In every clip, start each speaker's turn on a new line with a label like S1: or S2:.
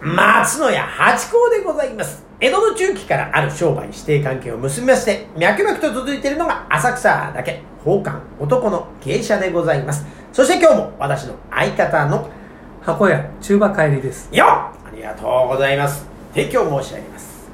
S1: 松野屋八甲でございます。江戸の中期からある商売指定関係を結びまして、脈々と続いているのが浅草だけ、宝冠男の芸者でございます。そして今日も私の相方の
S2: 箱屋中馬帰りです
S1: よっありがとうございます。提供申し上げます。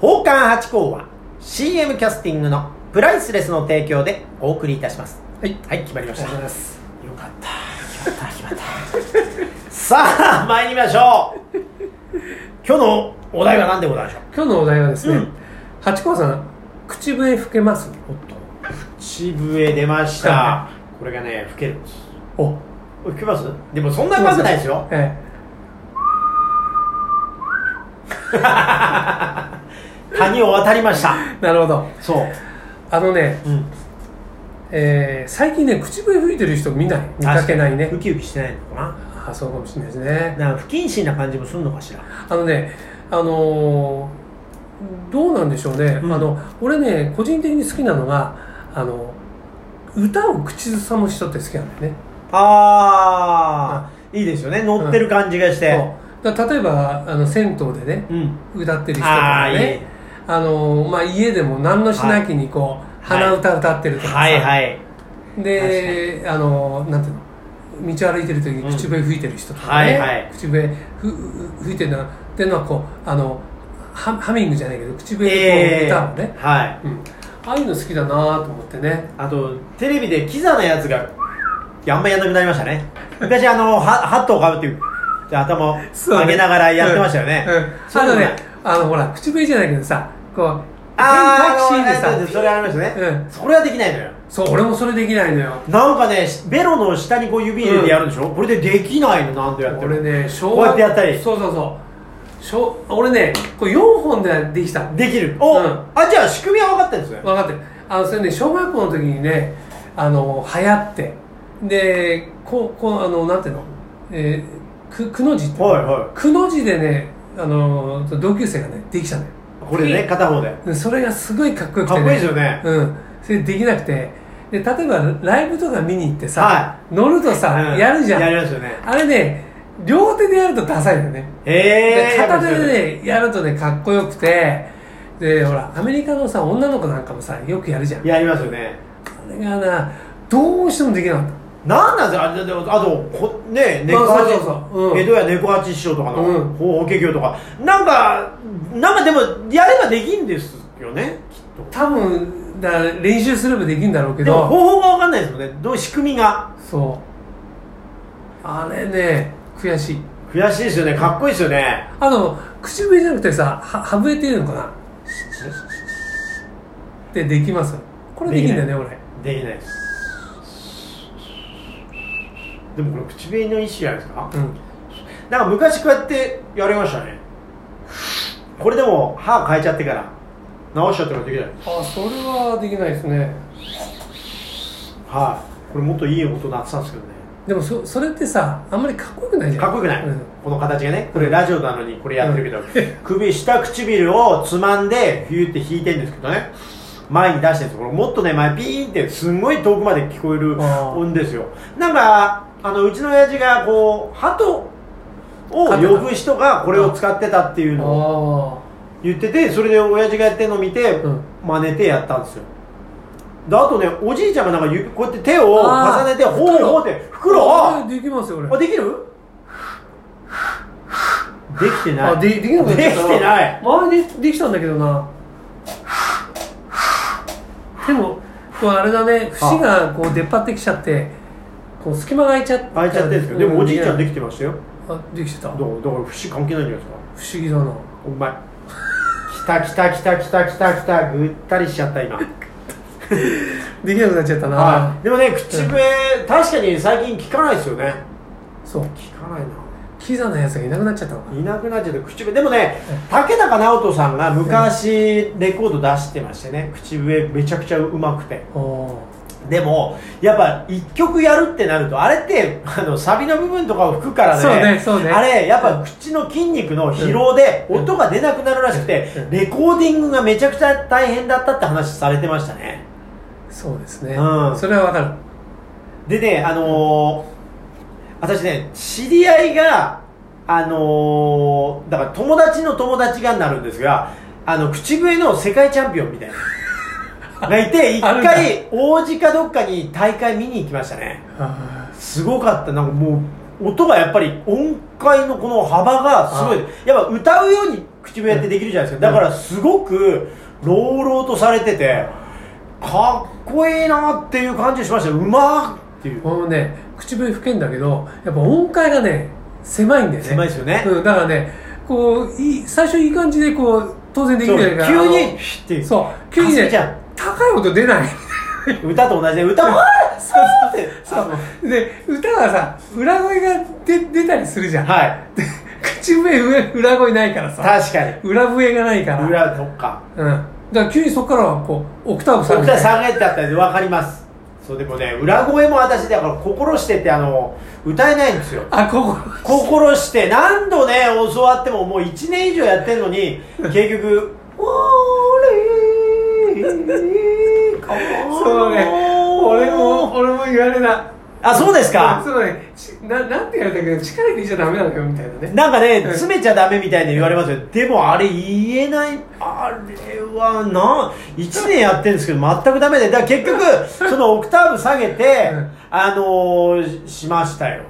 S1: 宝冠八甲は CM キャスティングのプライスレスの提供でお送りいたします。
S2: はい
S1: はい、決まりました。よか
S2: す
S1: った、決まった、決まった。さあ、参りましょう。今日のお題は何でございましょう
S2: 今日のお題はですね、
S1: うん
S2: 八甲さん口笛吹けます
S1: 口笛出ました、
S2: は
S1: これがね吹けるんです
S2: おっと
S1: 吹けますでもそんなうまくないですよ
S2: え
S1: 谷を渡りました
S2: えなるほど
S1: そう、
S2: あのね、
S1: うん、
S2: えー最近ね口笛吹いてる人見ない見かけないね
S1: ウキウキしてないのか
S2: あそうかもしれないですね
S1: ななんか不謹慎な感じもするのかしら
S2: あのねあのーどうなんでしょうね、
S1: うん
S2: あの俺ね個人的に好きなのがあの歌を口ずさむ人って好きなんだよね
S1: あーいいですよね乗ってる感じがして、
S2: そうだから例えばあの銭湯でね
S1: うん
S2: 歌ってる人とか
S1: あーいい
S2: ねあのまあ、家でも何のしなきにこう、
S1: はい
S2: 鼻歌歌ってるとかさ、
S1: はいはい
S2: であのなんていうの道を歩いてる時に口笛吹いてる人とかね、
S1: うんはいはい
S2: 口笛ふふ吹いてるのっていうのはこうあのハハミングじゃないけど口笛
S1: ええ
S2: でこう歌をね、
S1: はい
S2: うん、ああいうの好きだなと思ってね
S1: あとテレビでキザなやつがあんまやんなくなりましたね昔あのは ハットをかぶってで頭を上げながらやってましたよね
S2: うんうん
S1: そういう
S2: あ
S1: の
S2: と
S1: も
S2: ねあのほら口笛じゃないけどさこう
S1: あー
S2: 変タクシ
S1: あ
S2: ー
S1: の
S2: でさ
S1: それありましたね、
S2: うん
S1: それはできないのよ
S2: そう俺もそれできないのよ
S1: なんかねベロの下にこう指入れてやるんでしょ、これでできないのなんでやって
S2: 俺
S1: る
S2: ね小
S1: こうやってやったり
S2: そうそうそう小俺ねこれ4本でできた
S1: できるお、
S2: うん
S1: あじゃあ仕組みは分かってるんですね
S2: 分かってるあのそれね小学校の時にねあの流行ってでこうこうあのなんていうの、えー、くくの字って
S1: はいは
S2: くの字でねあの同級生がねできたのよ
S1: いこれでね片方で
S2: でそれがすごいかっこよく
S1: か
S2: て、
S1: っ
S2: ね、
S1: こいいですよね、
S2: うんそれできなくてで例えばライブとか見に行ってさ、
S1: は
S2: 乗るとさ、
S1: うん
S2: やるじゃん
S1: やりますよね
S2: あれね両手でやるとダサいよね
S1: え
S2: で
S1: え
S2: 片手でねやるとねかっこよくてでほらアメリカのさ女の子なんかもさよくやるじゃん
S1: やりますよね
S2: あれがなどうしてもできなかっ
S1: なんなんですかあでであとこね猫
S2: まあ
S1: 八、
S2: そうそうそううん
S1: 江戸や猫八師匠とかの
S2: うん
S1: 法法華経とかなんかなんかでもやればできんですよねきった
S2: 多分だから練習すればできるんだろうけ
S1: とでも
S2: ど
S1: 方法が分かんないですもんねどう仕組みが
S2: そうあれね悔しい
S1: 悔しいですよねかっこいいですよね
S2: あの口笛じゃなくてさは歯笛っていうのかなってできますこれできるんだよね俺
S1: できないですでもこれ口紅の一種じゃないですか
S2: うん
S1: なんか昔こうやってやりましたねこれでも歯変えちゃってから直しちゃってからできない
S2: あそれはできないですね
S1: はいこれもっといい音鳴ってたんですけどね
S2: でもそそれってさあんまりかっこよくないじゃん
S1: かっこよくない、
S2: うん
S1: この形がねこれラジオなのにこれやってるけど、首下唇をつまんでフューって引いてるんですけどね前に出してるんですこれもっとね前ピーンってすんごい遠くまで聞こえる
S2: あー
S1: 音ですよなんかあのうちの親父がこう鳩を呼ぶ人がこれを使ってたっていうのを
S2: ああ
S1: 言っててそれで親父がやってるのを見て
S2: うん
S1: 真似てやったんですよであとねおじいちゃんがなんかゆこうやって手を重ねて
S2: あー
S1: ほうほうって袋を
S2: あできますよ
S1: あ
S2: 俺
S1: できるできてない
S2: あでできなくなっちゃった
S1: できてない
S2: 前でできたんだけどなでもこうあれだね節がこう出っ張ってきちゃってこう隙間が空いちゃって
S1: 開いちゃってるんですけどでもおじいちゃんできてましたよ
S2: あできてた
S1: だ
S2: 不
S1: から
S2: 思
S1: だから節関係ないんじゃないですか
S2: 議だな
S1: うまいきたきたきたきたきたきたぐったりしちゃった今
S2: できなくなっちゃったな、
S1: はいでもね口笛確かに最近聞かないですよね
S2: そう
S1: 聞かないな
S2: キザなやつがいなくなっちゃったのか
S1: いなくなっちゃって口笛でもね竹中直人さんが昔レコード出してましてね口笛めちゃくちゃうまくて
S2: おー
S1: でもやっぱ一曲やるってなるとあれってあのサビの部分とかを吹くからね
S2: そうねそうね
S1: あれやっぱ口の筋肉の疲労で音が出なくなるらしくて、
S2: うん
S1: レコーディングがめちゃくちゃ大変だったって話されてましたね
S2: そうですね、
S1: うん
S2: それはわかる
S1: でねあのー私ね知り合いがあのーだから友達の友達がになるんですが、あの、口笛の世界チャンピオンみたいな。がいて、一
S2: あるんだ
S1: 回、王子かどっかに大会見に行きましたね。
S2: あ
S1: すごかった。なんかもう、音がやっぱり音階のこの幅がすごい
S2: あ。
S1: やっぱ歌うように口笛ってできるじゃないですか。だ
S2: うん
S1: からすごく、朗々とされてて、かっこいいなっていう感じしました。うまーっていう
S2: ー。このね口笛吹けんだけどやっぱ音階がね狭いんだよね
S1: 狭いですよね。
S2: うん、だからねこういい最初いい感じでこう当然でき
S1: そう
S2: るじゃないか
S1: 急に、
S2: あ
S1: ヒッてい
S2: の
S1: う。
S2: そう急に
S1: かすみちゃ
S2: ね
S1: ん
S2: 高い音出ない
S1: 歌と同じで歌も「そうって
S2: そうで歌がさ裏声が出出たりするじゃん、
S1: はい
S2: で口笛上裏声ないからさ
S1: 確かに
S2: 裏笛がないから
S1: 裏とか
S2: うんだから急にそこからはこうオクターブ下げ
S1: 僕
S2: て
S1: は3回ってあったんで分かりますそうでもね裏声も私だから心してってあの歌えないんですよ
S2: あここ
S1: 心して何度ね教わってももう1年以上やってんの に結局「俺
S2: そうね俺も俺も言われた
S1: あそうですか
S2: そうねちななんて言われたけど力入れちゃダメなのよみたいなね
S1: なんかね、
S2: うん
S1: 詰めちゃダメみたいに言われますよ。でもあれ言えない、あれはな、1年やってるんですけど全くダメで、だから結 局、そのオクターブ下げて
S2: うん、
S1: あのーしましたよ。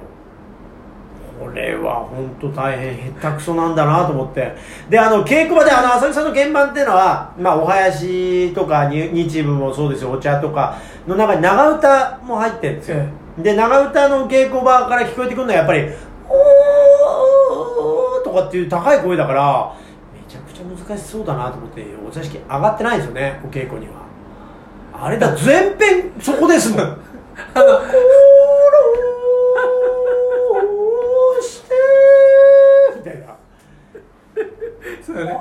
S1: これは本当大変下手くそなんだなと思って。で、あの、稽古場で、あの、浅草の現場っていうのは、まあ、お囃子とかに、日舞もそうですよ、お茶とかの中に長唄も入ってるんですよ。で長唄の稽古場から聞こえてくるのはやっぱり「おー」とかっていう高い声だからめちゃくちゃ難しそうだなと思ってお座敷上がってないんですよねお稽古にはあれだ全編そこですもん「心をして」みたいな
S2: そうだね。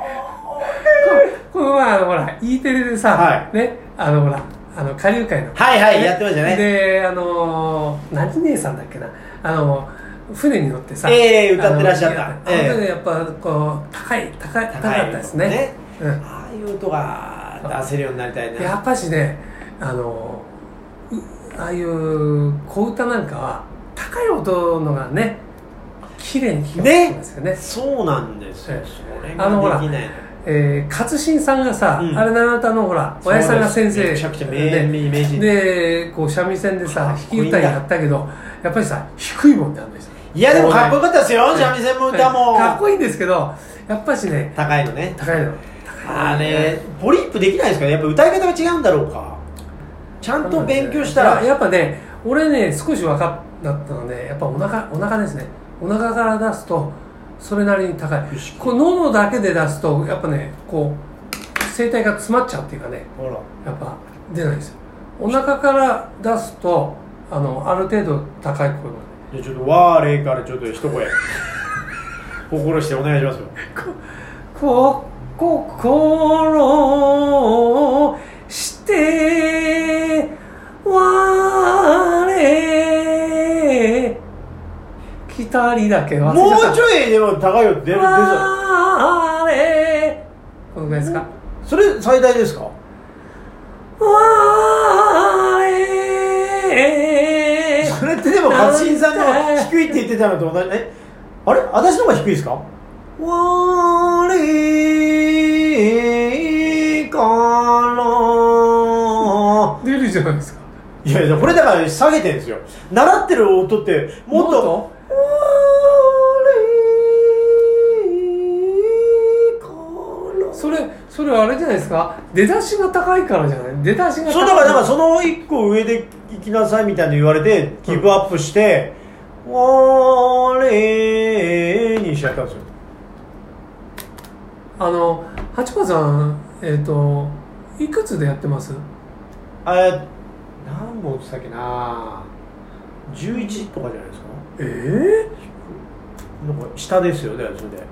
S2: ここの前、あの、ほら、E テレでさ、
S1: はい
S2: ね、あの、ほら、あの、下流会の。
S1: はいはい
S2: ね
S1: やってましたね
S2: で、あのー、何姉さんだっけな、あの、船に乗ってさ、
S1: ええ歌ってらっしゃった
S2: あの
S1: ええ
S2: 本当にやっぱ、こう、高い、高い、高かったですね。
S1: 高い音ああいう音が出せるようになりたい
S2: うん。や
S1: な
S2: っぱしね、あのー、うああいう小歌なんかは、高い音のがね、綺麗に聞こえてますよね。
S1: そうなんですよそれが
S2: あのほら
S1: できないの
S2: えー、勝新さんがさ、
S1: うん
S2: あれ習ったのほら
S1: そう
S2: 親
S1: です
S2: 父さんが先生
S1: めちゃくちゃ名
S2: で
S1: 名人
S2: でこう三味線で
S1: か
S2: さ
S1: っこいいん
S2: 弾き
S1: だ
S2: 歌やったけどやっぱりさ低いもんねあの人
S1: いやでもかっこよかったですよ三味線も歌も
S2: かっこいいんですけどやっぱしね
S1: 高いのね
S2: 高いの
S1: あれポリップできないですかねやっぱ歌い方が違うんだろうかちゃんと勉強したら
S2: ややっぱね俺ね少し分かったのでやっぱお腹お腹ですねお腹から出すとそれなりに高いこう喉だけで出すとやっぱねこう声帯が詰まっちゃうっていうかね
S1: ほら
S2: やっぱ出ないんですよお腹から出すとあのある程度高い声ま
S1: じゃあちょっとワーレイからちょっと一声心してお願いしますよ
S2: でこ心をして我来たりだけ忘れ
S1: も
S2: ちゃっ
S1: うちょいでも高いよ出る出るぞ
S2: た我このぐらいですか
S1: それ最大ですか
S2: 我
S1: それってでも勝新さんの低いって言ってたのと同じねあれ私の方が低いですか我から
S2: 出るじゃないですか
S1: いやいや、これだから下げてるんですよ。習ってる音って、もっと。
S2: もそれそれあれじゃないですか出だしが高いからじゃない出だしが高い
S1: そうだから、だからその一個上で行きなさいみたいに言われて、ギブアップして、我にしちゃったんですよ。
S2: あの八幡さんえっ、といくつでやってます
S1: あれ、何本って言ったっけな11とかじゃないですか
S2: ええ
S1: なんか下ですよね、それで。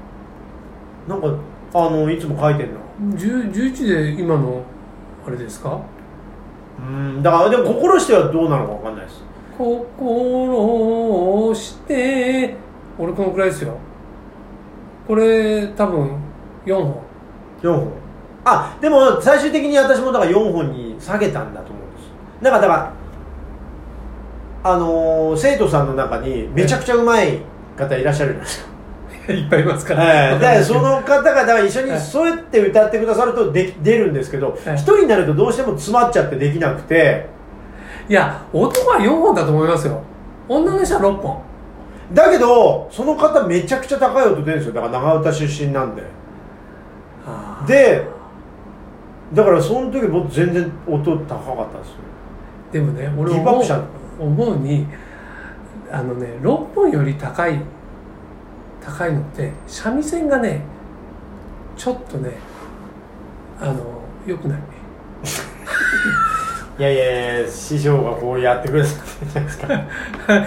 S1: なんか、あの、いつも書いてんの。
S2: ー、11で今のあれですか
S1: うん、だから、でも心してはどうなのかわかんないです。
S2: 心をして俺このくらいですよこれ多分4本
S1: 4本あでも最終的に私もだから4本に下げたんだと思うんですなんかだからあのー生徒さんの中にめちゃくちゃうまい方いらっしゃるじゃないですか
S2: いっぱいいますから、
S1: はい、だ
S2: わ
S1: か
S2: かんない
S1: ら
S2: ですけ
S1: そ
S2: ど
S1: の方がだから一緒に
S2: はい
S1: そうやって歌ってくださるとで出るんですけど一、
S2: はい
S1: 人になるとどうしても詰まっちゃってできなくて
S2: いや男は4本だと思いますよ女の人は6本
S1: だけどその方めちゃくちゃ高い音出るんですよだから長唄出身なんで
S2: あー
S1: でだからその時僕全然音高かったんですよ
S2: でもね俺
S1: ギブアップ
S2: 思う
S1: したの
S2: 思うにあのね6本より高い高いのって三味線がねちょっとねあの良くない
S1: いやいやいや師匠がこうやってくださってるじゃないです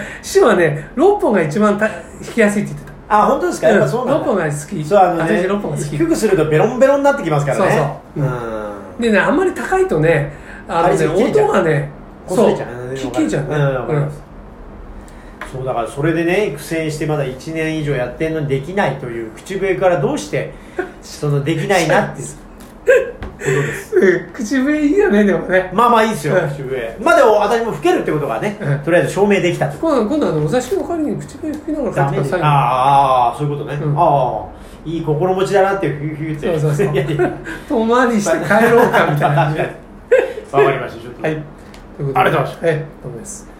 S1: か
S2: 師匠はね6本が一番た弾きやすいって言ってた
S1: あ本当ですかやっぱそうなん
S2: 6本
S1: だ
S2: が好き
S1: そうあのね
S2: 私6本が好き
S1: 低くするとベロンベロンになってきますからね
S2: そうそうう
S1: ん
S2: んでねあんまり高いとねあの
S1: あれ
S2: ね
S1: 切れちゃう
S2: 音がね
S1: こすれちゃう
S2: そう切れちゃうね
S1: うんわかり
S2: う
S1: ま
S2: ん
S1: すそうだからそれでね苦戦してまだ1年以上やってんのにできないという口笛からどうしてそのできないなっていうことです
S2: うん 口笛いいよねでもね
S1: まあまあいいですよ
S2: うん
S1: 口笛まあでも私も吹けるってことがね
S2: うん
S1: とりあえず証明できたと
S2: 今度今度あのお座敷の代わりに口笛吹きながら
S1: ダ
S2: 帰
S1: メ
S2: っ
S1: で
S2: てくださいよ
S1: ああそういうことね、
S2: うん
S1: ああいい心持ちだなっていうふうって
S2: そうそうそ う
S1: い やいや
S2: 遠回りして帰ろうかみたいな感じで
S1: わかりましたちょっと、
S2: はいということで
S1: ありがとうございま
S2: はいどうもです